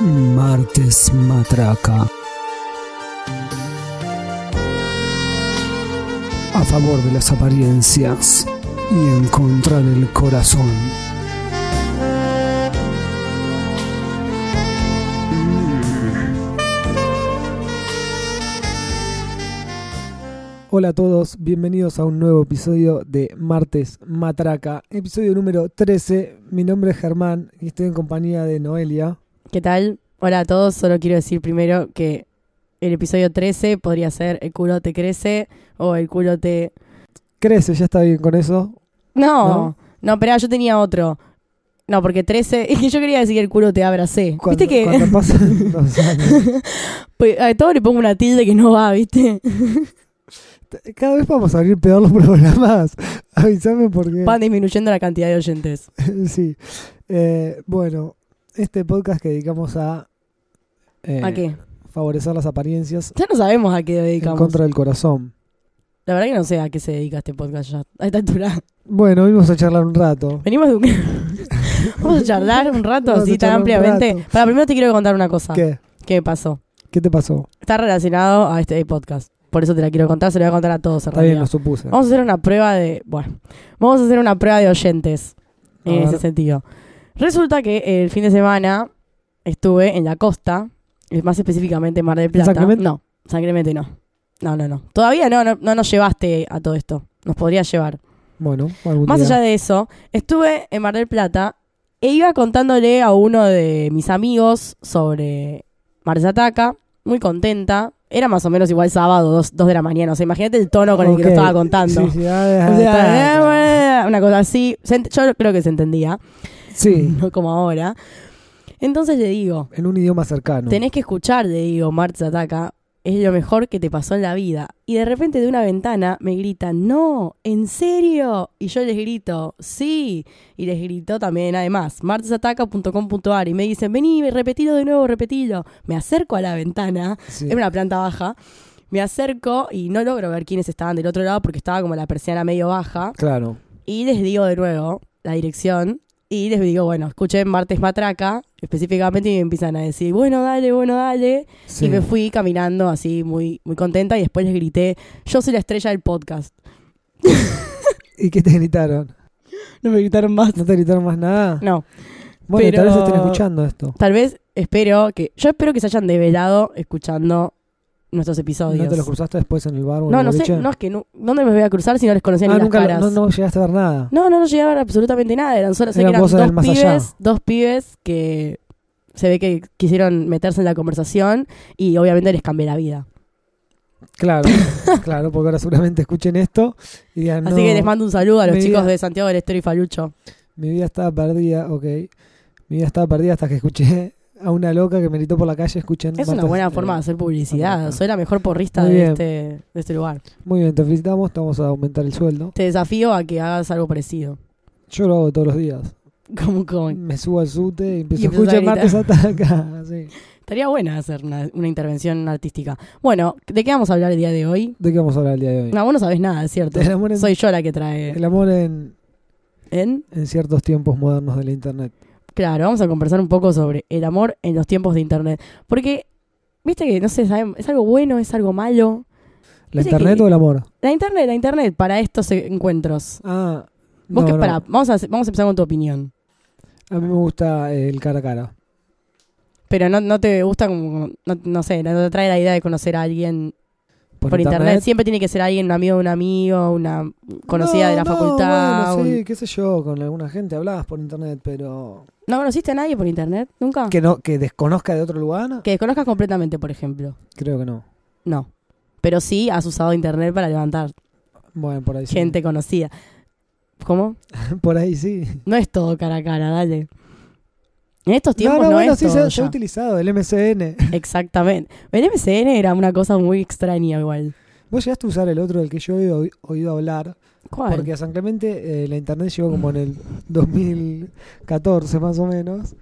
Martes Matraca. A favor de las apariencias y en contra del corazón. Hola a todos, bienvenidos a un nuevo episodio de Martes Matraca, episodio número 13. Mi nombre es Germán y estoy en compañía de Noelia. ¿Qué tal? Hola a todos, solo quiero decir primero que el episodio 13 podría ser El culo te crece o El culo te... Crece, ya está bien con eso. No, ¿No? no, pero yo tenía otro. No, porque 13, es que yo quería decir El culo te abracé. Cuando- ¿Viste que cuando pasa- no sé. Pues, a todo le pongo una tilde que no va, viste? Cada vez vamos a abrir peor los programas. Avísame porque. Van disminuyendo la cantidad de oyentes. sí. Eh, bueno, este podcast que dedicamos a. eh, ¿A qué? Favorecer las apariencias Ya no sabemos a qué dedicamos. en contra del corazón. La verdad que no sé a qué se dedica este podcast ya, a esta altura. Bueno, hoy vamos a charlar un rato. Venimos de un... Vamos a charlar un rato Vamos a así tan charlar un ampliamente. rato. Para primero te quiero contar una cosa. ¿Qué? ¿Qué pasó? ¿Qué te pasó? Está relacionado a este podcast. Por eso te la quiero contar, se la voy a contar a todos. en Está bien, realidad. lo supuse. Vamos a hacer una prueba de. Bueno, vamos a hacer una prueba de oyentes A en ver. ese sentido. Resulta que el fin de semana estuve en la costa, eh, más específicamente en Mar del Plata. San Clemente? No, San Clemente no. No, no, no. Todavía no, no, no nos llevaste a todo esto. Nos podría llevar. Bueno, algún Más día. allá de eso, estuve en Mar del Plata e iba contándole a uno de mis amigos sobre Mar del Ataca, muy contenta. Era más o menos igual sábado, 2 de la mañana. O sea, imagínate el tono con el que lo Ok. Ah, estaba contando. Felicidades a O sea, eh, Tata. bueno, una cosa así. Se ent- Yo creo que se entendía, Sí, no como ahora. Entonces le digo, en un idioma cercano. tenés que escuchar, le digo, Mar del Ataca. Es lo mejor que te pasó en la vida. Y de repente de una ventana me gritan, no, ¿en serio? Y yo les grito, sí. Y les grito también, además, martesataca.com.ar. Y me dicen, vení, repetilo de nuevo, repetilo. Me acerco a la ventana Sí. era una planta baja. Me acerco y no logro ver quiénes estaban del otro lado porque estaba como la persiana medio baja. Claro. Y les digo de nuevo la dirección. Y les digo, bueno, escuchen Martes Matraca específicamente y me empiezan a decir, bueno, dale, bueno, dale. Sí. Y me fui caminando así muy, muy contenta y después les grité, yo soy la estrella del podcast. ¿Y qué te gritaron? No me gritaron más. ¿No te gritaron más nada? No, Bueno, Pero- tal vez estén escuchando esto. tal vez espero que, yo espero que se hayan develado escuchando nuestros episodios. ¿No te lo cruzaste después en el bar? o en Oh, no, el no sé, boliche? no es que, no, ¿dónde me voy a cruzar si no les conocía Ah, ni nunca las lo- caras? no, no llegaste a ver nada. No, no, no llegaba a ver absolutamente nada. Eran solo, sé que Eran eran voces del dos más allá. pibes, dos pibes que se ve que quisieron meterse en la conversación y obviamente les cambié la vida. Claro, claro, porque ahora seguramente escuchen esto y digan, Así "No, Mm. que les mando un saludo a los mi chicos vida- de Santiago del Estero y Falucho. mi vida estaba perdida, ok. Mi vida estaba perdida hasta que escuché a una loca que me gritó por la calle, escuchen. Es una Marta- buena eh, forma de hacer publicidad. Marta. Soy la mejor porrista Muy de bien. este, de este lugar. Muy bien, te felicitamos, te vamos a aumentar el sueldo. Te desafío a que hagas algo parecido. Yo lo hago todos los días. Como, como- Me subo al sute y empiezo Y a empezás escuchar a martes ataca. sí. Estaría buena hacer una, una intervención artística. Bueno, ¿de qué vamos a hablar el día de hoy? ¿De qué vamos a hablar el día de hoy? No, vos no sabés nada, es cierto. Del amor en- Soy yo la que trae. El amor en, ¿En? en ciertos tiempos modernos de la internet. Claro, vamos a conversar un poco sobre el amor en los tiempos de internet. Porque, viste que, no sé, sabemos- es algo bueno, es algo malo. ¿La Dice internet que- o el amor? La internet, la internet, para estos eh, encuentros. Ah, Vos no, qué- no. pará, vamos, a, hacer- vamos a empezar con tu opinión. A mí me gusta eh, el cara a cara. Pero no, no te gusta como, no, no sé, no te trae la idea de conocer a alguien por, internet. Siempre tiene que ser alguien, un amigo de un amigo, una conocida No, de la no, facultad. bueno, sí, un- qué sé yo, con alguna gente hablabas por internet, pero ¿No conociste a nadie por internet? ¿Nunca? que no que desconozca de otro lugar, Que desconozcas completamente, por ejemplo. creo que no. No. Pero sí has usado internet para levantar Bueno, por ahí sí. gente conocida. ¿Cómo? Por ahí sí. No es todo cara a cara, dale. En estos No, tiempos no, no, bueno, es sí se, todo ha- se ha ya. utilizado el MCN. Exactamente. El MCN era una cosa muy extraña igual. Vos llegaste a usar el otro del que yo he oído, oído hablar, ¿Cuál? porque a San Clemente eh, la internet llegó como en el 2014 más o menos.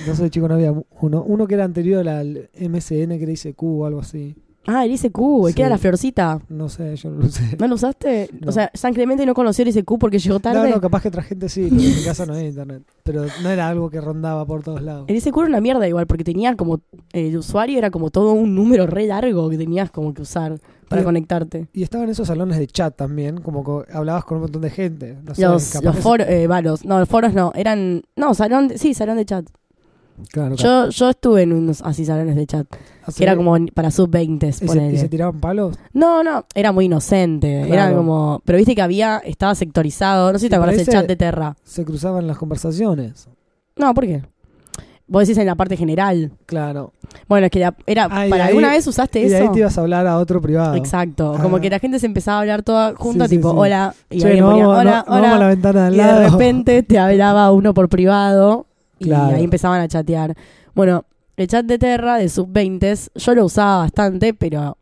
Entonces, chico, no había uno. Uno que era anterior al MCN, que era ICQ o algo así. Ah, el ICQ, el que Sí. era la florcita. No sé, yo no lo sé. ¿No lo usaste? No. O sea, San Clemente no conoció el ICQ porque llegó No, tarde. no, capaz que otra gente sí, pero en mi casa no había internet. Pero no era algo que rondaba por todos lados. El ICQ era una mierda igual, porque tenía como. El usuario era como todo un número re largo que tenías como que usar para Pero- conectarte. Y estaban esos salones de chat también, como que hablabas con un montón de gente. No sé, Los, capaz los que- foros, eh, va, los- no, los foros no, eran, no, salón, de- sí, salón de chat. Claro, capaz- Yo, yo estuve en unos así salones de chat, así que era que- como para sub 20 ¿Y se, y se tiraban palos? No, no, era muy inocente, era Claro. como, pero viste que había, estaba sectorizado, no sé si Sí, te pero acuerdas el ese- chat de Terra. Se cruzaban las conversaciones. No, ¿por qué? Vos decís en la parte general. Claro. Bueno, es que la- era, Ah, y ¿para ahí- alguna vez usaste Y eso? de ahí te ibas a hablar a otro privado. Exacto, como Ah. que la gente se empezaba a hablar toda junta, Sí, sí, tipo, sí. hola, y Che, alguien nos ponía, vamos, hola, no- nos vamos a la hola, ventana de al y de lado. repente te hablaba uno por privado, y Claro. ahí empezaban a chatear. Bueno, el chat de Terra de sub 20 yo lo usaba bastante, pero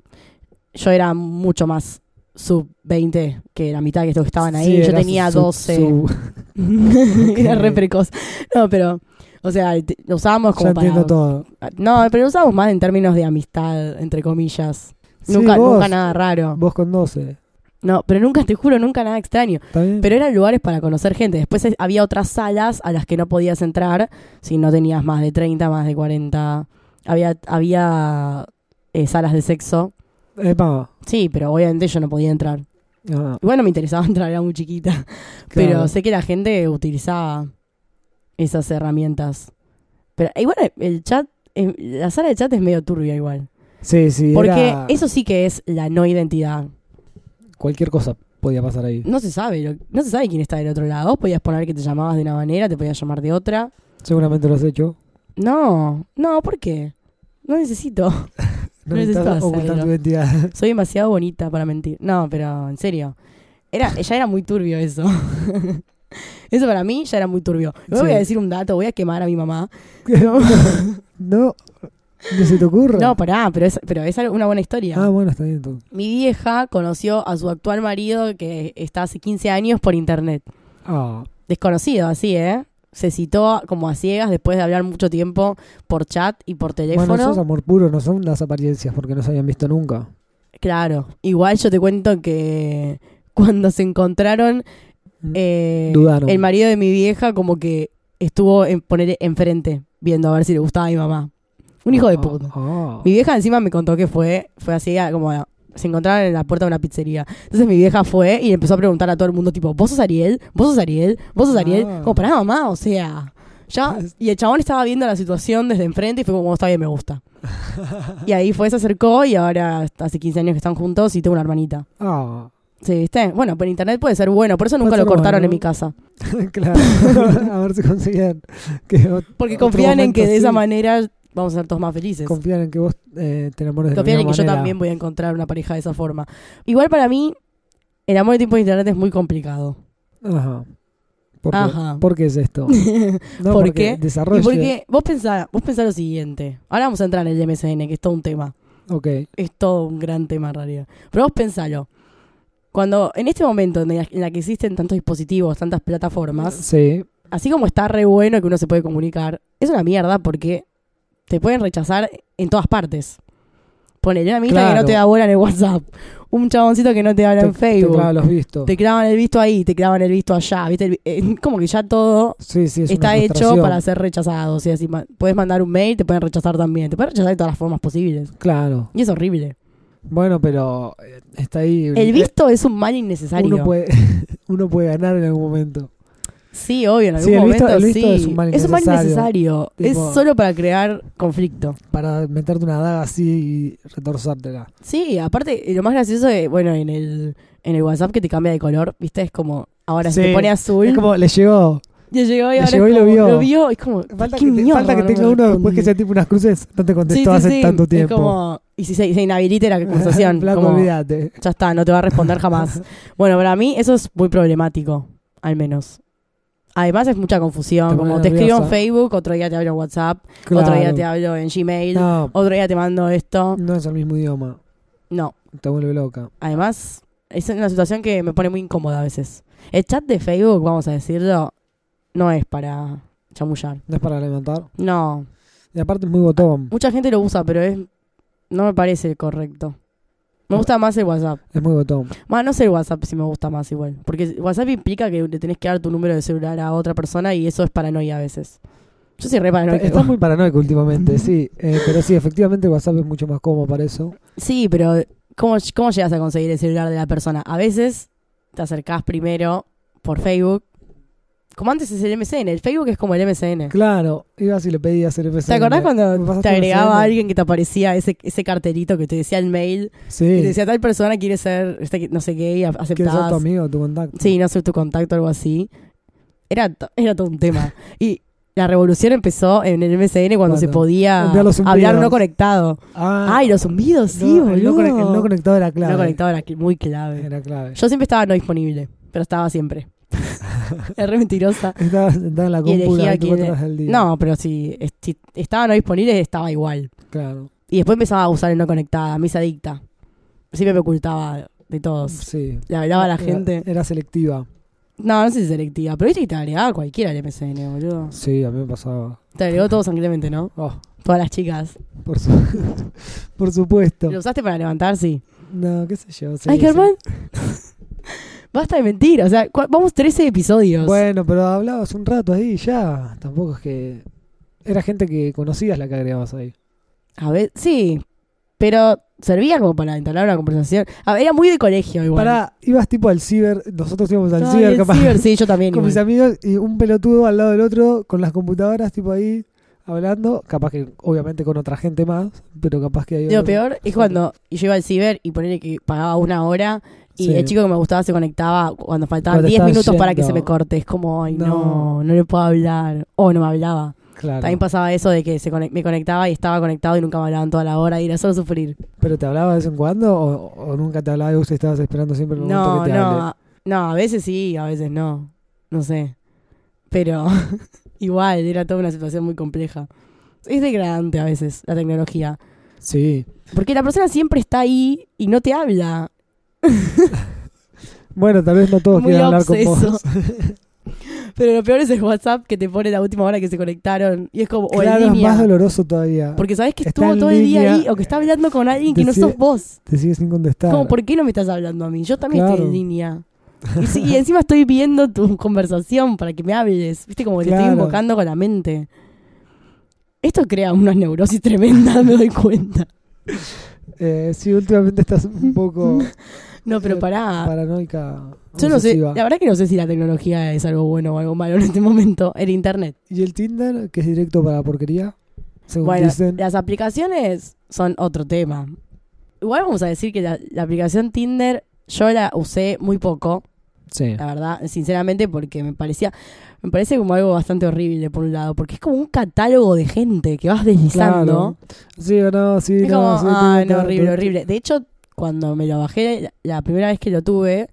yo era mucho más sub 20 que la mitad de estos que estaban ahí. Sí, yo era tenía su- su- 12. su- era re Ok. precoz. No, pero, o sea, te- lo usábamos ya como para. entiendo todo. No, pero lo usábamos más en términos de amistad, entre comillas. Sí, nunca, vos, nunca nada raro. Vos con 12. No, pero nunca, te juro, nunca nada extraño. ¿Está bien? Pero eran lugares para conocer gente. Después es- había otras salas a las que no podías entrar si no tenías más de 30, más de 40. Había, había eh, salas de sexo. Epa. Sí, pero obviamente yo no podía entrar. Ah, Igual no me interesaba entrar, era muy chiquita. Pero claro. sé que la gente utilizaba esas herramientas. Pero igual el chat, eh, la sala de chat es medio turbia igual. Sí, sí. Porque era- eso sí que es la no identidad. Cualquier cosa podía pasar ahí. No se sabe, lo- no se sabe quién está del otro lado. Vos podías poner que te llamabas de una manera, te podías llamar de otra. Seguramente lo has hecho. No, no, ¿por qué? No necesito. No No necesito necesitas ocultar hacerlo. tu identidad. Soy demasiado bonita para mentir. No, pero en serio. Era, ya era muy turbio eso. eso para mí ya era muy turbio. No Sí. voy a decir un dato, voy a quemar a mi mamá. no. no. se te ocurra? No, pará, pero es, pero es algo- una buena historia. Ah, bueno, está bien entonces. Mi vieja conoció a su actual marido que está hace 15 años por internet. Ah, Desconocido, así, ¿eh? Se citó como a ciegas después de hablar mucho tiempo por chat y por teléfono. bueno, eso es amor puro, no son las apariencias porque no se habían visto nunca. Claro, igual yo te cuento que cuando se encontraron, eh, Dudaron. el marido de mi vieja como que estuvo en poner enfrente, viendo a ver si le gustaba a mi mamá. Un hijo de Ah, puta. ah. Mi vieja encima me contó que fue, fue así ah, como ah, se encontraron en la puerta de una pizzería. Entonces mi vieja fue y le empezó a preguntar a todo el mundo tipo, ¿vos sos Ariel? ¿Vos sos Ariel? ¿Vos sos Ariel? Ah. Como, pará mamá, o sea, ya... Y el chabón estaba viendo la situación desde enfrente y fue como, está bien, me gusta. Y ahí fue, se acercó y ahora hace 15 años que están juntos y tengo una hermanita. Ah, Sí, ¿viste? Bueno, por internet puede ser bueno, por eso nunca Puede lo ser cortaron bueno. en mi casa. claro. a ver si conseguían. Que ot- Porque otro confían en momento que de sí, esa manera vamos a ser todos más felices. Confían en que vos eh, te enamores de Confían la en que misma yo manera. también voy a encontrar una pareja de esa forma. Igual para mí, el amor de tiempo de internet es muy complicado. Ajá. ¿Por qué? Ajá. ¿Por qué es esto? No, ¿Por porque qué? Desarrollo. Y porque vos pensá, vos pensá lo siguiente. Ahora vamos a entrar en el MSN, que es todo un tema. Ok. Es todo un gran tema en realidad. Pero vos pensalo. Cuando, en este momento en la, en la que existen tantos dispositivos, tantas plataformas, Sí. así como está re bueno que uno se puede comunicar, es una mierda porque te pueden rechazar en todas partes. Ponele una amiguita que Claro. no te da bola en el WhatsApp, un chaboncito que no te habla Te- en Facebook. Te clava los vistos. Te clavan el visto ahí, te clavan el visto allá, ¿viste? El- eh, como que ya todo Sí, sí, es una está hecho frustración. para ser rechazado. O sea, si ma- puedes mandar un mail, te pueden rechazar también. Te pueden rechazar de todas las formas posibles. Claro. Y es horrible. Bueno, pero eh, está ahí. El visto es un mal innecesario. Uno puede, uno puede ganar en algún momento. Sí, obvio, en algún Sí, el visto- momento el visto sí. es un mal innecesario. Tipo- Es solo para crear conflicto. Para meterte una daga así y retorzártela. Sí, aparte, lo más gracioso es, bueno, en el, en el WhatsApp que te cambia de color, ¿viste? Es como, ahora se Sí. te pone azul. Es como, le llegó. ya llegó y le ahora es llegó y lo como- vio. Lo vio, es como, Falta qué que, te- mierda, falta que no tenga me uno después que respondió. sea tipo unas cruces. No te contestó hace tanto tiempo. Es como, y si se, se inhabilita la conversación, Flaco, como, ya olvídate. está, no te va a responder jamás. bueno, para mí eso es muy problemático, al menos. Además es mucha confusión, Te como pone te escribo en nerviosa. Facebook, otro día te hablo en WhatsApp, otro día Claro. te hablo en Gmail, No, otro día te mando esto. no es el mismo idioma. No, Te vuelve loca. además es una situación que me pone muy incómoda a veces. El chat de Facebook, vamos a decirlo, no es para chamullar. No es para levantar. No, Y aparte es muy botón. mucha gente lo usa, pero es No me parece el correcto. Me gusta más el WhatsApp. Es muy botón. Bueno, no sé el WhatsApp si me gusta más igual. Porque WhatsApp implica que le tenés que dar tu número de celular a otra persona y eso es paranoia a veces. Yo soy re Está- paranoica. Estás muy paranoico últimamente, sí. Eh, pero sí, efectivamente WhatsApp es mucho más cómodo para eso. Sí, pero ¿cómo, ¿cómo llegas a conseguir el celular de la persona? A veces te acercás primero por Facebook. Como antes es el MCN. El Facebook es como el MCN. Claro, ibas y le pedías el ¿Te Me acordás cuando pasaste te agregaba MSN? a alguien que te aparecía ese, ese cartelito que te decía el mail? Y te Sí, decía, tal persona quiere ser, este, no sé qué, y a- quieres ser aceptás. tu amigo, tu contacto. Sí, no sé tu contacto o algo así. Era, to- era todo un tema. Y la revolución empezó en el MSN cuando Cuando se podía enviar los zumbidos. hablar no conectado. Ah, Ay, los zumbidos, sí, no, boludo. el, no conec- el no conectado era El clave. no conectado era cl- muy clave. Era clave. Yo siempre estaba no disponible, pero estaba siempre. es re mentirosa. Estaba sentada en la Y elegía computadora quién 24 horas al día. No, pero si, est- si estaba no disponible, estaba igual. Claro. Y después empezaba a usar el no conectada, misa adicta. Siempre me ocultaba de todos. Sí. Le hablaba a la Era- gente. Era, selectiva. No, no sé si selectiva, pero viste que te agregaba cualquiera el MSN, boludo. Sí, a mí me pasaba. Te agregó todo sangriamente, ¿no? Oh, Todas las chicas. por, su- por supuesto. ¿Lo usaste para levantar? Sí. No, qué sé yo. sí, Ay, sí. Germán. Basta de mentir. O sea, cu- vamos 13 episodios. Bueno, pero hablabas un rato ahí y ya. Tampoco es que. Era gente que conocías la que agregabas ahí. A ver, sí. Pero servía como para entablar una conversación. A ver, era muy de colegio igual. Pará, ibas tipo al ciber. Nosotros íbamos al Ay, ciber, el capaz. ciber, sí, yo también. con mis igual. amigos y un pelotudo al lado del otro con las computadoras, tipo ahí hablando. Capaz que, obviamente, con otra gente más. Pero capaz que hay. Lo otro- peor es cuando yo iba al ciber y ponerle que pagaba una hora y Sí. el chico que me gustaba se conectaba cuando faltaban Cuando 10 estabas minutos para que se yendo. me corte. Es como, ay, no, No. no, le puedo hablar. O no me hablaba. Claro. También pasaba eso de que se conec- me conectaba y estaba conectado y nunca me hablaban toda la hora y era solo sufrir. ¿Pero te hablaba de vez en cuando o, o nunca te hablaba y vos estabas esperando siempre el momento No, que te hable? no, no, a veces sí, a veces no, no sé. Pero igual, era toda una situación muy compleja. Es degradante a veces la tecnología. Sí. Porque la persona siempre está ahí y no te habla. Bueno, tal vez no todos Muy quieran hablar con obseso. vos. Pero lo peor es el WhatsApp que te pone la última hora que se conectaron. Y es como, o claro, en es más línea. doloroso todavía. Porque sabes que Está estuvo en todo el día línea. ahí o que está hablando con alguien que no Decide- sos vos. Te sigues sin contestar. Como, ¿por qué no me estás hablando a mí? Yo también estoy Claro. en línea. Y, sí, y encima estoy viendo tu conversación para que me hables. Viste, como que te Claro. estoy invocando con la mente. Esto crea unas neurosis tremendas, me doy cuenta. Eh, sí, últimamente estás un poco No, pero Eh, pará. paranoica. Ah. Yo no sé, obsesiva. la verdad que no sé si la tecnología es algo bueno o algo malo en este momento. El internet. ¿Y el Tinder, que es directo para porquería? Según Bueno, dicen. las aplicaciones son otro tema. Igual vamos a decir que la, la aplicación Tinder yo la usé muy poco. Sí. la verdad, sinceramente, porque me parecía, me parece como algo bastante horrible por un lado, porque es como un catálogo de gente que vas Claro. deslizando. Sí o no, sí, Es no, como, sí, ay, Tinder, no, horrible, Tinder". horrible. De hecho, cuando me lo bajé, la, la primera vez que lo tuve,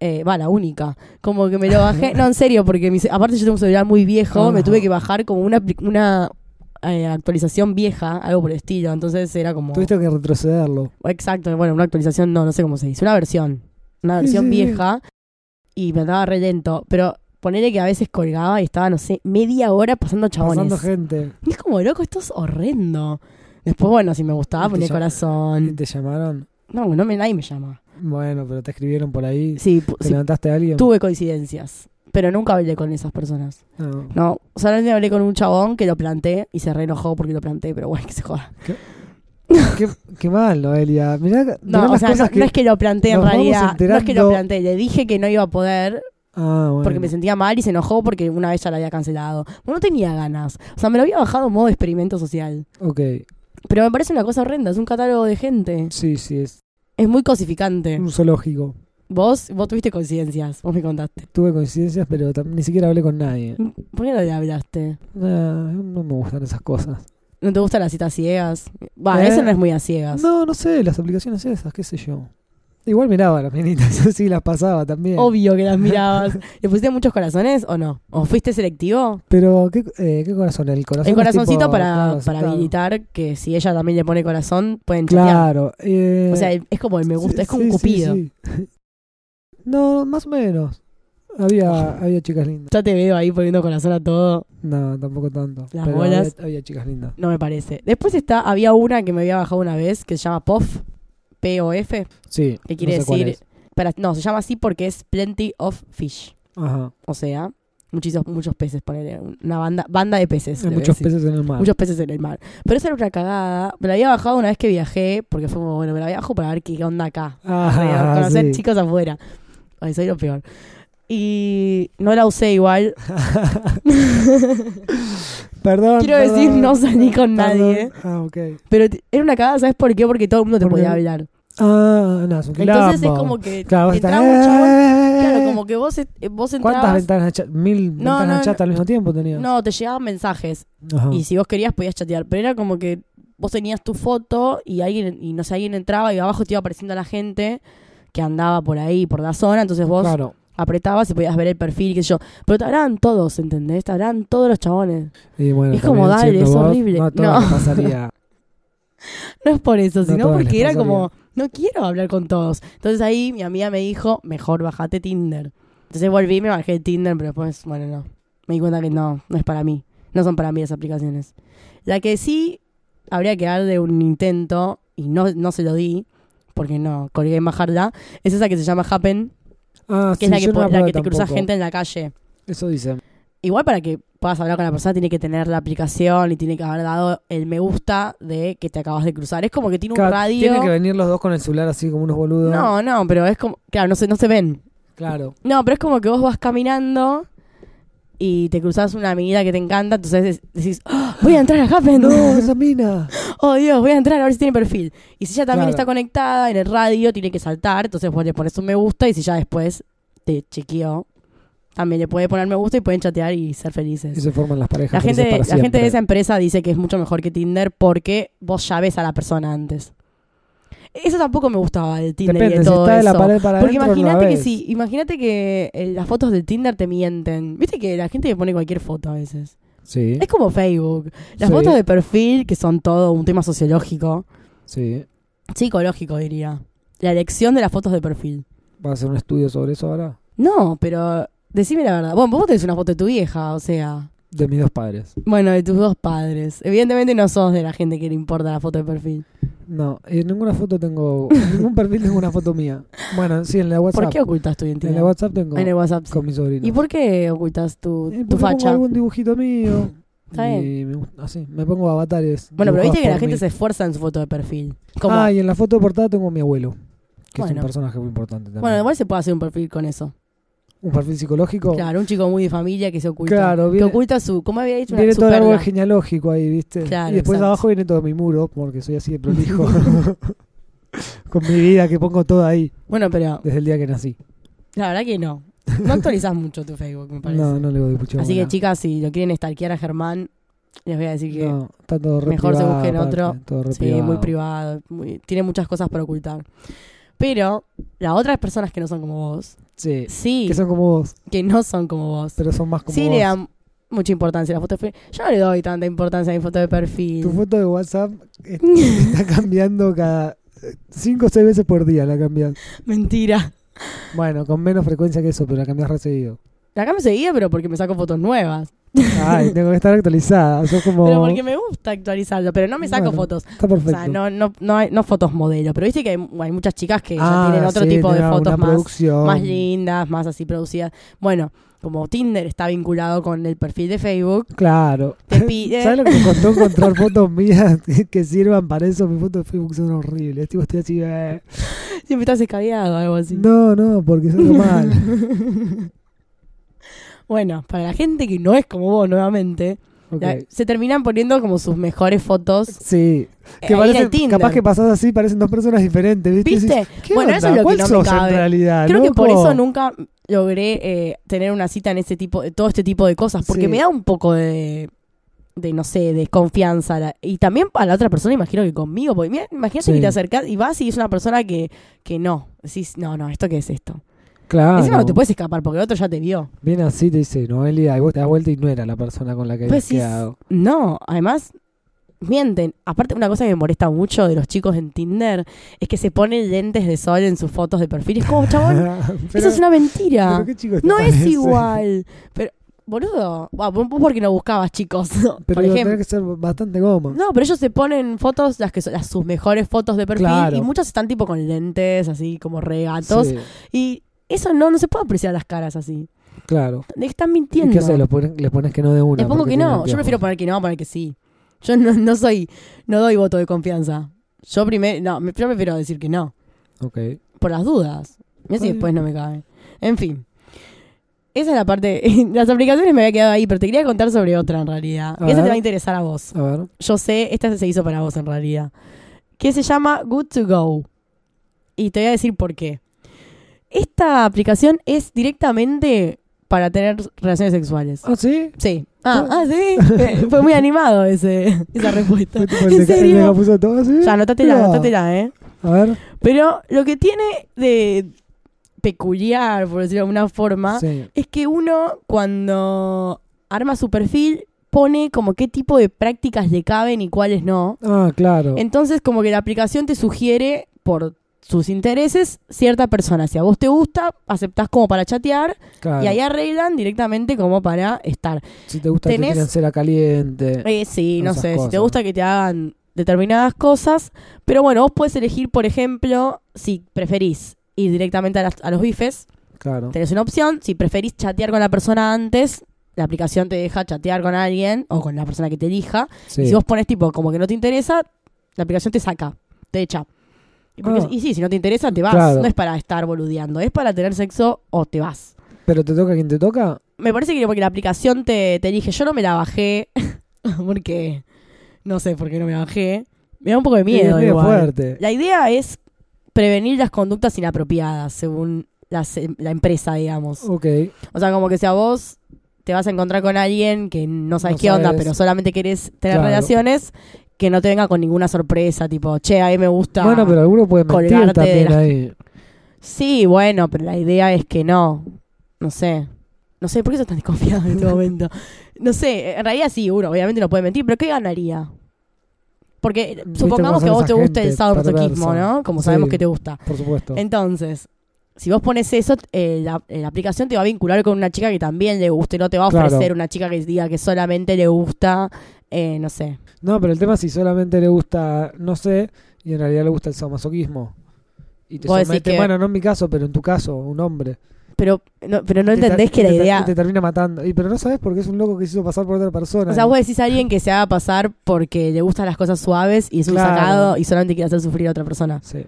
eh, va, la única, como que me lo bajé, no, en serio, porque mi ce- aparte yo tengo un celular muy viejo, me Ajá. tuve que bajar como una, apli- una eh, actualización vieja, algo por el estilo, entonces era como... Tuviste que retrocederlo. Exacto, bueno, una actualización no, no sé cómo se dice, una versión, una Sí, versión sí, sí. vieja y me andaba re lento, pero ponele que a veces colgaba y estaba, no sé, media hora pasando chabones. Pasando gente. Y es como, loco, esto es horrendo. Después, bueno, si me gustaba Y te ponía llama- ¿Y corazón. te llamaron? No, no me, nadie me llama. Bueno, pero te escribieron por ahí. Sí, pu- ¿Te sí, levantaste a alguien? tuve coincidencias, pero nunca hablé con esas personas. No. No, solamente hablé con un chabón que lo planté y se re enojó porque lo planté, pero bueno, que se joda. Qué, qué mal, Noelia. Mirá, mirá No, las o sea, no, cosas que... no es que lo planté en nos vamos realidad, no es que lo enterando. planté, le dije que no iba a poder Ah, bueno. porque me sentía mal y se enojó porque una vez ya la había cancelado. Bueno, no tenía ganas. O sea, me lo había bajado en modo experimento social. Ok, Pero me parece una cosa horrenda, es un catálogo de gente. sí, sí, es Es muy cosificante. un zoológico. Vos, vos tuviste coincidencias, vos me contaste. Tuve coincidencias, pero tam- ni siquiera hablé con nadie. ¿Por qué no le hablaste? Ah, no me gustan esas cosas. ¿No te gustan las citas ciegas? Va, ¿Eh? eso no es muy a ciegas. No, no sé, las aplicaciones esas, qué sé yo. Igual miraba las menitas, sí, las pasaba también. Obvio que las mirabas. ¿Le pusiste muchos corazones o no? ¿O fuiste selectivo? Pero, ¿qué, eh, qué corazón? El corazón es El corazoncito tipo- para, claro, para claro. habilitar que si ella también le pone corazón, pueden chatear. Claro. eh, O sea, es como el me gusta, sí, es como sí, un sí, cupido. sí. No, más o menos. Había, había chicas lindas. Ya te veo ahí poniendo corazón a todo. No, tampoco tanto. Las pero bolas. Había, había chicas lindas. No me parece. Después está, había una que me había bajado una vez que se llama POF. P-O-F. Sí. ¿Qué quiere no sé cuál decir? es. Para- no, se llama así porque es Plenty of Fish. Ajá. O sea, muchísimos, muchos peces, poner una banda, banda de peces. Hay le voy a muchos decir. peces en el mar. Muchos peces en el mar. Pero esa era una cagada. Me la había bajado una vez que viajé, porque fue como, bueno, me la viajo para ver qué onda acá. Para Ajá, conocer Ah, sí. chicos afuera. Ay, soy lo peor. Y no la usé igual. Perdón. Quiero Ah, perdón, decir, no salí con nadie. Ah, ok. Pero t- era una cagada, ¿sabes por qué? Porque todo el mundo te Porque- podía hablar. Ah, no, es un Entonces es quilombo. como que Claro, vas a estar, entraba un chabón- "Eh". Claro, como que vos, est- vos ¿Cuántas entrabas... ventanas chatas? ¿Mil No, ventanas no, chatas al mismo tiempo tenías? No, te llegaban mensajes. Ajá. Y si vos querías podías chatear, pero era como que vos tenías tu foto y alguien, y no sé, alguien entraba y abajo te iba apareciendo la gente que andaba por ahí, por la zona, entonces vos Claro. apretabas y podías ver el perfil, qué sé yo. Pero te hablaban todos, ¿entendés? Te hablaban todos los chabones. Y bueno, Es como, también dale, siendo es vos, horrible. No, a todas No. les pasaría. No es por eso, No sino todos les porque era pasaría. como, no quiero hablar con todos. Entonces ahí mi amiga me dijo, mejor bajate Tinder. Entonces volví, me bajé Tinder, pero después, bueno, no. Me di cuenta que no, no es para mí. No son para mí las aplicaciones. La que sí habría que darle un intento, y no, no se lo di, porque no, colgué en bajarla, es esa que se llama Happen, Ah, sí, que es la que, yo no po- la la probé que te cruza tampoco. gente en la calle. Eso dicen. Igual para que puedas hablar con la persona tiene que tener la aplicación y tiene que haber dado el me gusta de que te acabas de cruzar. Es como que tiene un Claro, radio. Tienen que venir los dos con el celular así como unos boludos. No, no, pero es como. Claro, no se, no se ven. Claro. No, pero es como que vos vas caminando y te cruzas una minita que te encanta, entonces des- decís, "Ah, voy a entrar a Happen. No, esa mina. Oh Dios, voy a entrar a ver si tiene perfil. Y si ella también Claro. está conectada en el radio, tiene que saltar, entonces vos le pones un me gusta y si ya después te chequeó, también le puede poner me gusta y pueden chatear y ser Y felices. se forman las parejas. La felices gente, para la gente siempre. de esa empresa dice que es mucho mejor que Tinder porque vos ya ves a la persona antes. Eso tampoco me gustaba de Tinder y Depende, de si todo está de la eso. pared para Porque adentro, no la imagínate que ves. sí, imagínate que eh, las fotos de Tinder te mienten. Viste que la gente pone cualquier foto a veces. Sí, Es como Facebook. Las sí, fotos de perfil, que son todo un tema sociológico, sí. psicológico diría. La elección de las fotos de perfil. ¿Va a hacer un estudio sobre eso ahora? No, pero decime la verdad. Bueno, vos tenés una foto de tu vieja, o sea. De mis dos padres. Bueno, de tus dos padres. Evidentemente no sos de la gente que le importa la foto de perfil. No, en ninguna foto tengo. En ningún perfil tengo una foto mía. Bueno, sí, en la WhatsApp. ¿Por qué ocultas tu identidad? En la WhatsApp tengo. Ah, en el WhatsApp. sí. Con mi sobrino. ¿Y por qué ocultas tu, Eh, tu porque pongo facha? algún dibujito mío. Está y Me, gusta- así, me pongo avatares. Bueno, pero dibujados viste que la por gente mí. se esfuerza en su foto de perfil. Como, Ah, y en la foto de portada tengo a mi abuelo. Que es Bueno. un personaje muy importante también. bueno, igual se puede hacer un perfil con eso. Un perfil psicológico. Claro, un chico muy de familia que se oculta. Claro, que viene- oculta su. ¿Cómo había dicho? Una- Viene su todo el árbol perla. genealógico ahí, ¿viste? Claro, y después exacto. abajo viene todo mi muro, porque soy así de prolijo. Con mi vida, que pongo todo ahí Bueno, pero desde el día que nací. la verdad que no. No actualizás mucho tu Facebook, me parece. No, no le doy mucho Así que, bola. chicas, si lo quieren stalkear a Germán, les voy a decir que. No, está todo re mejor se privado, busquen aparte, otro. todo re sí, muy privado. muy- tiene muchas cosas para ocultar. Pero las otras personas que no son como vos, Sí. sí, Que son como vos, que no son como vos, pero son más como sí vos. le dan mucha importancia a la foto de perfil. Yo no le doy tanta importancia a mi foto de perfil. Tu foto de WhatsApp eh, está cambiando cada 5 o 6 veces por día. La cambias. Mentira. Bueno, con menos frecuencia que eso, pero la cambias re seguido. La cambio seguía, pero porque me saco fotos nuevas. Ay, tengo que estar actualizada. Sos como. Pero porque me gusta actualizarlo, pero no me saco Bueno, fotos. Está O perfecto. sea, no, no, no, hay- no fotos modelo. Pero viste que hay, hay muchas chicas que ya tienen otro Ah, sí, tipo de tiene una fotos más, producción. más lindas, más así producidas. Bueno, como Tinder está vinculado con el perfil de Facebook, Claro. te pide... ¿Sabes lo que me costó encontrar fotos mías que sirvan para eso? Mis fotos de Facebook son horribles. Tipo, estoy así. eh. Siempre estás escabeado o algo así. No, no, porque son mal. Bueno, para la gente que no es como vos nuevamente, Ok. la- se terminan poniendo como sus mejores fotos. eh, Sí. Que ahí en parecen- el Tinder. capaz que pasás así, parecen dos personas diferentes. ¿Viste? Y ¿Viste? decís, ¿Qué Bueno, onda? eso es lo que ¿Cuál no me sos cabe. en realidad? Creo que por loco? eso nunca logré eh, tener una cita en ese tipo, de todo este tipo de cosas, porque Sí. me da un poco de, de no sé, desconfianza. la- y también a la otra persona, imagino que conmigo, porque mira, imagínate Sí. que te acercas y vas y es una persona que, que no. Decís, no, no, ¿esto qué es esto? Claro. Encima no te puedes escapar porque el otro ya te vio. Viene así, te dice Noelia, y vos te das vuelta y no era la persona con la que habías Pues sí, quedado. No, además, mienten. Aparte, una cosa que me molesta mucho de los chicos en Tinder es que se ponen lentes de sol en sus fotos de perfil. Es como, chabón, eso es una mentira. pero qué chicos te No es parecen. igual. Pero, boludo, bueno, vos vos porque no buscabas chicos. Pero Por digo, ejemplo. tenés que ser bastante goma. No, pero ellos se ponen fotos, las que son las, sus mejores fotos de perfil, Claro. y muchas están tipo con lentes, así como regatos. Sí, Y eso no, no se puede apreciar las caras así. claro. Están ¿Y mintiendo. qué haces? ¿Lo pones- ¿Le pones que no de una? Les pongo porque que tiene no. Yo anteojos? prefiero poner que no, poner que sí. Yo no, no soy, no doy voto de confianza. Yo primero, no, me- yo prefiero decir que no. Ok. Por las dudas. Mira si Ay. después no me cabe. En fin. Esa es la parte. Las aplicaciones me había quedado ahí, pero te quería contar sobre otra en realidad. A Esa te ver. va a interesar a vos. A ver. Yo sé, esta se hizo para vos en realidad. Que se llama Good to Go. Y te voy a decir por qué. Esta aplicación es directamente para tener relaciones sexuales. ¿Ah, sí? Sí. Ah. Ah, ah, sí. Eh, Fue muy animado ese, esa respuesta. Fue tipo el ¿En de- el serio? de Capuzoto, ¿ah, sí? Ya, anótatela, Mirá. anótatela, ¿eh? A ver. Pero lo que tiene de peculiar, por decirlo de alguna forma, Sí. es que uno cuando arma su perfil pone como qué tipo de prácticas le caben y cuáles no. Ah, claro. Entonces como que la aplicación te sugiere por sus intereses cierta persona. Si a vos te gusta, aceptás como para chatear claro. y ahí arreglan directamente como para estar. si te gusta tenés- que te cera caliente. Eh, sí, no Esas sé, si te cosas. gusta que te hagan determinadas cosas, pero bueno, vos puedes elegir, por ejemplo, si preferís ir directamente a, las- a los bifes, Claro. tenés una opción, si preferís chatear con la persona antes, la aplicación te deja chatear con alguien o con la persona que te elija, Sí. y si vos pones tipo como que no te interesa, la aplicación te saca, te echa. Y, porque- Ah. y sí, si no te interesa, te vas, Claro. no es para estar boludeando, es para tener sexo o te vas. Pero te toca quien te toca. Me parece que porque la aplicación te, te dije, yo no me la bajé. porque no sé por qué no me la bajé. Me da un poco Y de es miedo. medio igual. fuerte. La idea es prevenir las conductas inapropiadas, según la, se- la empresa, digamos. Ok. O sea, como que si a vos te vas a encontrar con alguien que no sabes No qué onda, sabes. pero solamente querés tener Claro. relaciones, que no te venga con ninguna sorpresa, tipo, che, a mí me gusta. Bueno, pero alguno puede mentir colgarte de también las- ahí. Sí, bueno, pero la idea es que no. No sé. No sé, ¿por qué sos tan desconfiado en este momento? No sé, en realidad sí, uno obviamente no puede mentir, pero ¿qué ganaría? Porque eh, Viste cómo supongamos son que a vos esa te gusta el gente sadomasoquismo, perversa. ¿no? Como Sí. sabemos que te gusta. Por supuesto. Entonces, si vos pones eso, eh, la, eh, la aplicación te va a vincular con una chica que también le guste, no te va a ofrecer Claro. una chica que diga que solamente le gusta, eh, no sé. No, pero el tema es si solamente le gusta, no sé, y en realidad le gusta el sadomasoquismo. Y te Vos decís somete, que- bueno, no en mi caso, pero en tu caso, un hombre. Pero no, pero no Y te entendés ter- que y la te ter- idea... y te termina matando. Y pero no sabes porque es un loco que se hizo pasar por otra persona. O sea, vos decís a alguien que se haga pasar porque le gustan las cosas suaves y es un Claro. sacado y solamente quiere hacer sufrir a otra persona. Sí.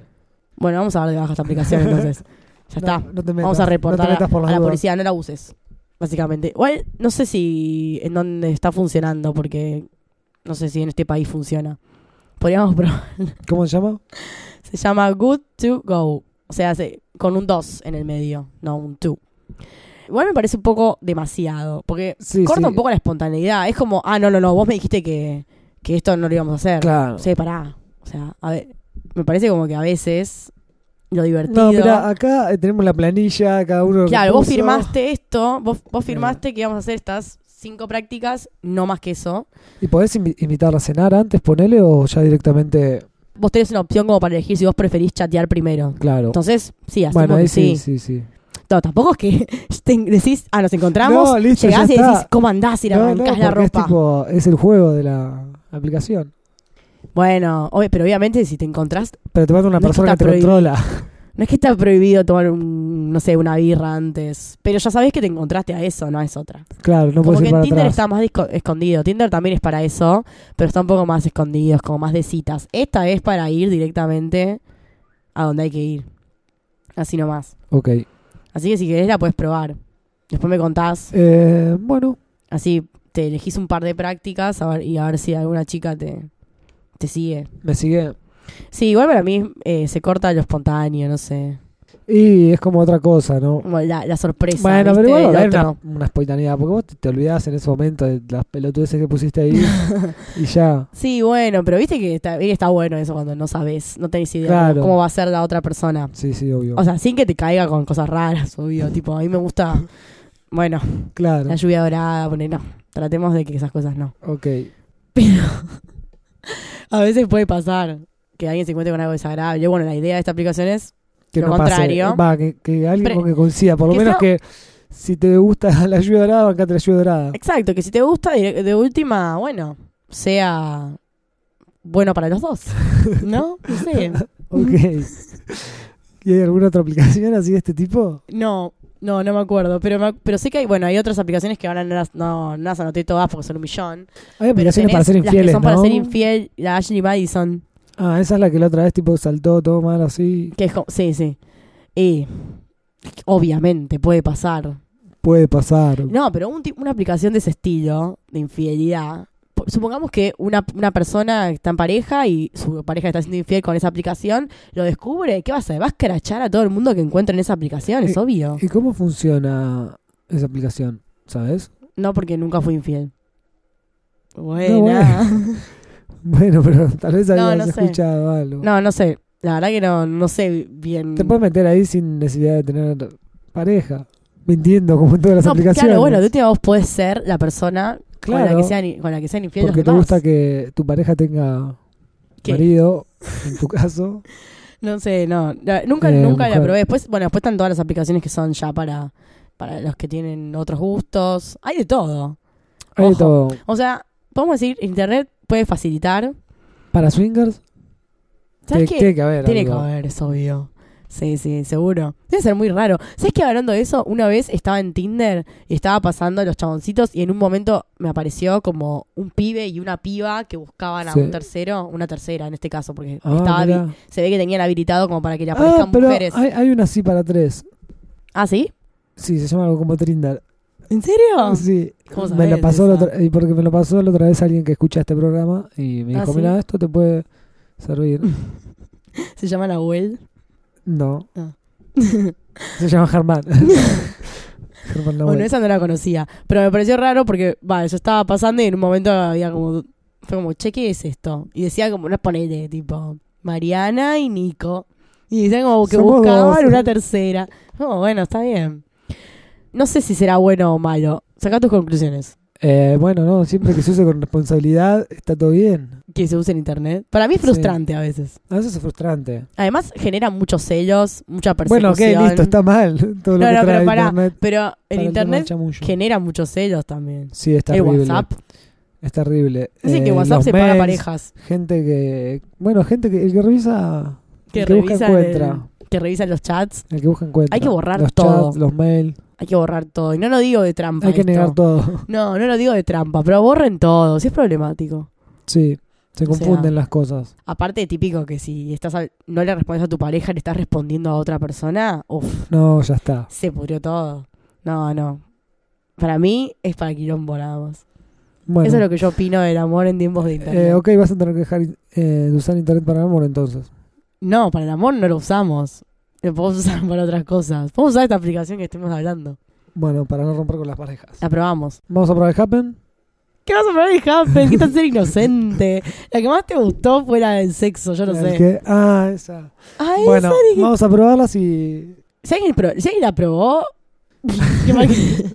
Bueno, vamos a dar de baja esta aplicación entonces. Ya está. No, no te metas, vamos a reportar No te a- metas por a, las la dudas. policía, no la uses. Básicamente. Igual, no sé si en dónde está funcionando porque no sé si en este país funciona. Podríamos probar. ¿Cómo se llama? Se llama Good to Go. O sea, se- con un 2 en el medio, no un 2. Igual me parece un poco demasiado. Porque Sí, corta sí. un poco la espontaneidad. Es como, ah, no, no, no, vos me dijiste que, que esto no lo íbamos a hacer. Claro. O sea, pará. O sea, a ver, me parece como que a veces lo divertido. No, mira, acá eh, tenemos la planilla, cada uno. lo que claro, vos puso. Eh. firmaste esto, vos, vos Mira. firmaste que íbamos a hacer estas cinco prácticas, no más que eso. ¿Y podés invi- invitarla a cenar antes, ponele, o ya directamente? Vos tenés una opción como para elegir si vos preferís chatear primero. Claro. Entonces, sí, hacemos Bueno, ahí que sí. sí, sí, sí. No, tampoco es que te- decís, ah, nos encontramos, No, listo, llegás ya y decís, está. ¿cómo andás? Y le No, no, arrancás la porque ropa. Es, tipo, es el juego de la aplicación. Bueno, obvio- pero obviamente si te encontrás Pero te manda una No es que persona que te está prohibido. controla. No es que está prohibido tomar, un, no sé, una birra antes, pero ya sabés que te encontraste a eso, no es otra. Claro, no como puedes que ir en para Tinder atrás. está más disco- escondido. Tinder también es para eso, pero está un poco más escondido, es como más de citas. Esta es para ir directamente a donde hay que ir. Así nomás. Ok. Así que si querés la puedes probar. Después me contás. Eh, bueno, Así te elegís un par de prácticas a ver, y a ver si alguna chica te, te sigue. me sigue. Sí, igual para mí eh, se corta lo espontáneo, no sé. Y es como otra cosa, ¿no? Como La, la sorpresa. Bueno, pero ¿viste? igual del va a haber otro. una, una espontaneidad, porque vos te, te olvidás en ese momento de las pelotudeces que pusiste ahí y ya. Sí, bueno, pero viste que está, está bueno eso cuando no sabes, no tenés idea Claro. cómo, cómo va a ser la otra persona. Sí, sí, obvio. O sea, sin que te caiga con cosas raras, obvio. Tipo, a mí me gusta, bueno, claro. la lluvia dorada, poner, no. Tratemos de que esas cosas no. Ok. Pero, A veces puede pasar que alguien se encuentre con algo desagradable. Bueno, la idea de esta aplicación es Que Lo no pase. Eh, contrario. Va, que, que alguien Pre- con que coincida. Por lo que menos sea- que si te gusta la lluvia dorada, bancate la lluvia dorada. Exacto, que si te gusta, de de última, bueno, sea bueno para los dos. ¿No? No sé. Ok. ¿Y hay alguna otra aplicación así de este tipo? No, no, no me acuerdo. Pero, me ac- pero sé que hay, bueno, hay otras aplicaciones que ahora no las, no, no las anoté todas porque son un millón. Hay Pero aplicaciones para tenés ser infieles, Las que son ¿no? para ser infiel, la Ashley Madison. Ah, esa es la que la otra vez tipo saltó todo mal así. Que es co- sí, sí. Y obviamente puede pasar. Puede pasar. No, pero un ti- una aplicación de ese estilo, de infidelidad. po- Supongamos que una, una persona está en pareja y su pareja está siendo infiel con esa aplicación, lo descubre, ¿qué va a hacer? Va a escrachar a todo el mundo que encuentre en esa aplicación, es Eh, obvio. ¿Y cómo funciona esa aplicación? ¿Sabes? No, porque nunca fui infiel. No, Buena. bueno. Bueno, pero tal vez No, habías no sé. escuchado algo. No, no sé. La verdad que no, no sé bien. Te puedes meter ahí sin necesidad de tener pareja. Mintiendo, como en todas las No, aplicaciones. claro, bueno, de última vos podés ser la persona con, la Claro, que sean, con la que sean infieles porque los te demás. gusta que tu pareja tenga ¿Qué? marido, en tu caso. No sé, no. La- Nunca, Eh, nunca mujer. la probé. Después, bueno, después están todas las aplicaciones que son ya para, para los que tienen otros gustos. Hay de todo. Hay de Ojo. todo. O sea, podemos decir, internet puede facilitar. Para swingers, ¿Sabes te- qué? tiene que haber. Tiene que algo. haber, es obvio. Sí, sí, seguro. Debe ser muy raro. ¿Sabes que hablando de eso, una vez estaba en Tinder y estaba pasando los chaboncitos y en un momento me apareció como un pibe y una piba que buscaban a Sí. un tercero, una tercera en este caso, porque Ah, estaba habi- mirá. se ve que tenían habilitado como para que le Ah, aparezcan pero mujeres. Hay, hay una sí para tres. ¿Ah, sí? Sí, se llama algo como Trindar. ¿En serio? Sí. Ah, ¿Cómo Me sabés lo pasó la esa? otra, y porque me lo pasó la otra vez alguien que escucha este programa y me Ah, dijo, ¿sí? mira, esto te puede servir. Se llama Nahuel. No. Ah. Se llama Germán. Germán Nahuel. Bueno, esa no la conocía. Pero me pareció raro porque, va, yo estaba pasando y en un momento había como. Fue como, che, ¿qué es esto? Y decía como, no ponele, tipo, Mariana y Nico. Y decían como que Somos buscaban dos. una tercera. Como, bueno, está bien. No sé si será bueno o malo. Saca tus conclusiones. Eh, bueno, no, siempre que se use con responsabilidad está todo bien. Que se use en internet. Para mí es Sí. frustrante a veces. A veces es frustrante. Además, genera muchos celos, mucha Bueno, persecución. ok, listo, está mal. Todo lo No, que no, trae pero pará, internet. Pero el para el tema del internet chamullo. genera muchos celos también. Sí, está el horrible. WhatsApp. Está horrible. Dicen que Eh, WhatsApp los separa mails, parejas. Gente que. Bueno, gente que. El que revisa. Que el que busca revisan, encuentra. el- que revisan los chats. El que busca encuentra. Hay que borrar los todo. chats, los mails. Hay que borrar todo. Y no lo digo de trampa. Hay que esto. negar todo. No, no lo digo de trampa, pero borren todo. Si es problemático. Sí. Se O sea, confunden las cosas. Aparte, típico que si estás al- no le respondes a tu pareja, le estás respondiendo a otra persona, uff, No, ya está. se pudrió todo. No, no. Para mí es para quilombo nada más. Bueno. Eso es lo que yo opino del amor en tiempos de internet. eh, ok, vas a tener que dejar eh, de usar internet para el amor entonces. No, para el amor no lo usamos. Lo podemos usar para otras cosas. Podemos usar esta aplicación que estuvimos hablando. Bueno, para no romper con las parejas. La probamos. Vamos a probar el Happen. ¿Qué vas a probar el Happen? ¿Qué tan ser inocente? La que más te gustó fue la del sexo, yo no El sé. que- ah, esa. Ay, Bueno, esa dije- vamos a probarlas y. Si alguien, pro- si alguien la probó. Qué mal que-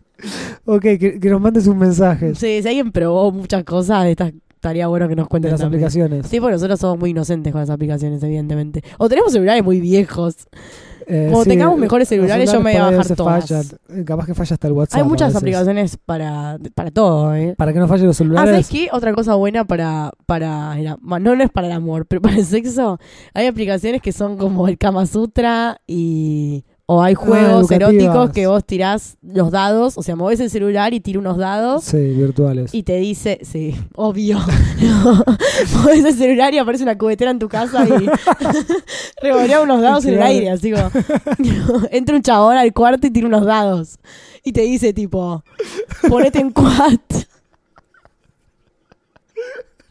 Ok, que, que nos mandes sus mensajes sí, si alguien probó muchas cosas de estas, estaría bueno que nos de cuenten las también. aplicaciones. Sí, porque nosotros somos muy inocentes con las aplicaciones, evidentemente. O tenemos celulares muy viejos. Eh, Como sí, tengamos mejores los celulares, yo me voy a por ahí bajar veces todas. fallan. Eh, Capaz que falla hasta el WhatsApp. Hay muchas a veces. aplicaciones para, para todo, ¿eh? Para que no fallen los Ah, ¿sabes celulares. qué? Otra cosa buena para, para el am- no, no es para el amor, pero para el sexo, hay aplicaciones que son como el Kama Sutra y... O hay juegos Ah, educativas. eróticos que vos tirás los dados, o sea, movés el celular y tira unos dados sí, virtuales. y te dice, sí, obvio, no, movés el celular y aparece una cubetera en tu casa y revolea unos dados en el Claro. aire, así como, entra un chabón al cuarto y tira unos dados y te dice tipo, ponete en cuat.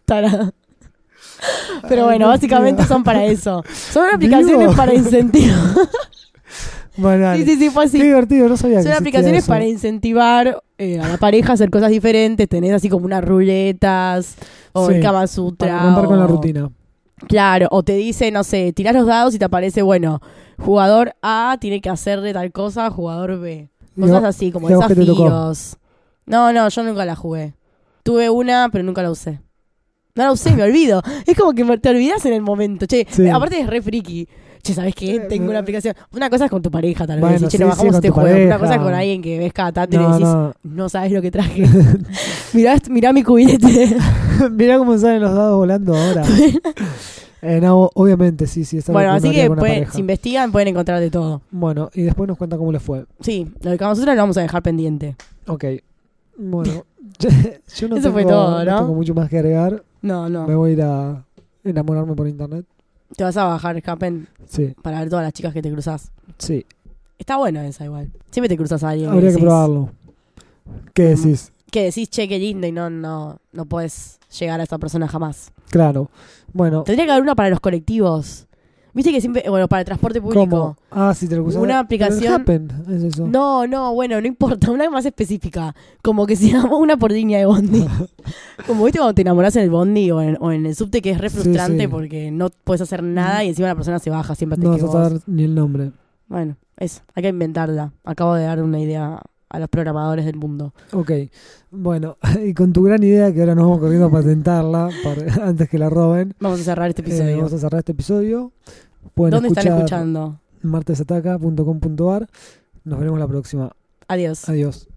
Tarada. Pero Ay, bueno, Dios básicamente mío. son para eso. Son aplicaciones ¿Vivo? para incentivar. Bueno, dale. sí, sí, sí, fue así. Qué divertido, no sabía que Son existía aplicaciones eso. para incentivar eh, a la pareja a hacer cosas diferentes. Tenés así como unas ruletas o Sí, el Kama Sutra. Para romper con la o- rutina. Claro, o te dice, no sé, tirás los dados y te aparece, bueno, jugador A tiene que hacerle tal cosa, jugador B. Cosas Digo, así, como ¿y a vos qué te tocó? desafíos. No, no, yo nunca la jugué. Tuve una, pero nunca la usé. No lo sé, me olvido. Es como que te olvidas en el momento. Che, Sí. aparte es re friki. Che, ¿sabes qué? Eh, Tengo me- una aplicación. Una cosa es con tu pareja, tal vez. Bueno, decís, che, sí, nos sí, bajamos con este tu juego. Una pareja. cosa es con alguien que ves cada tanto y le No, decís, no. no sabes lo que traje. mirá, est- mirá mi cubilete. Mirá cómo salen los dados volando ahora. Eh, no, obviamente, sí, sí. está bueno, con así una que con una pueden- pareja. si investigan pueden encontrar de todo. Bueno, y después nos cuenta cómo le fue. Sí, lo de Kama Sutra lo vamos a dejar pendiente. Ok. Bueno, yo no, Eso fue tengo- todo, ¿no? Ah. tengo mucho más que agregar. No, Me no. voy a ir a enamorarme por internet. Te vas a bajar Escapen Sí, para ver todas las chicas que te cruzas. sí. Está bueno esa igual. Siempre te cruzas a alguien. y Habría que decís- probarlo. ¿Qué decís? Que decís, che, qué lindo y no, no, no puedes llegar a esa persona jamás. Claro. Bueno, Tendría que haber una para los colectivos. Viste que siempre, bueno, para el transporte público. ¿cómo? Ah, si te lo cruzas. Una Pero el aplicación- Happen, es eso. No, no, bueno, no importa, una más específica. Como que se llama una por línea de bondi. Como viste cuando te enamorás en el bondi o en, o en el subte que es re Sí, frustrante sí. Mm. porque no puedes hacer nada y encima la persona se baja siempre antes No vas que a vos. saber ni el nombre. Bueno, eso, hay que inventarla. Acabo de dar una idea a los programadores del mundo. Ok. Bueno, y con tu gran idea, que ahora nos vamos corriendo a patentarla para- antes que la roben, Vamos a cerrar este eh, episodio. vamos a cerrar este episodio. Pueden ¿Dónde están escuchar escuchando? martesataca.com.ar. Nos veremos la próxima. Adiós. Adiós.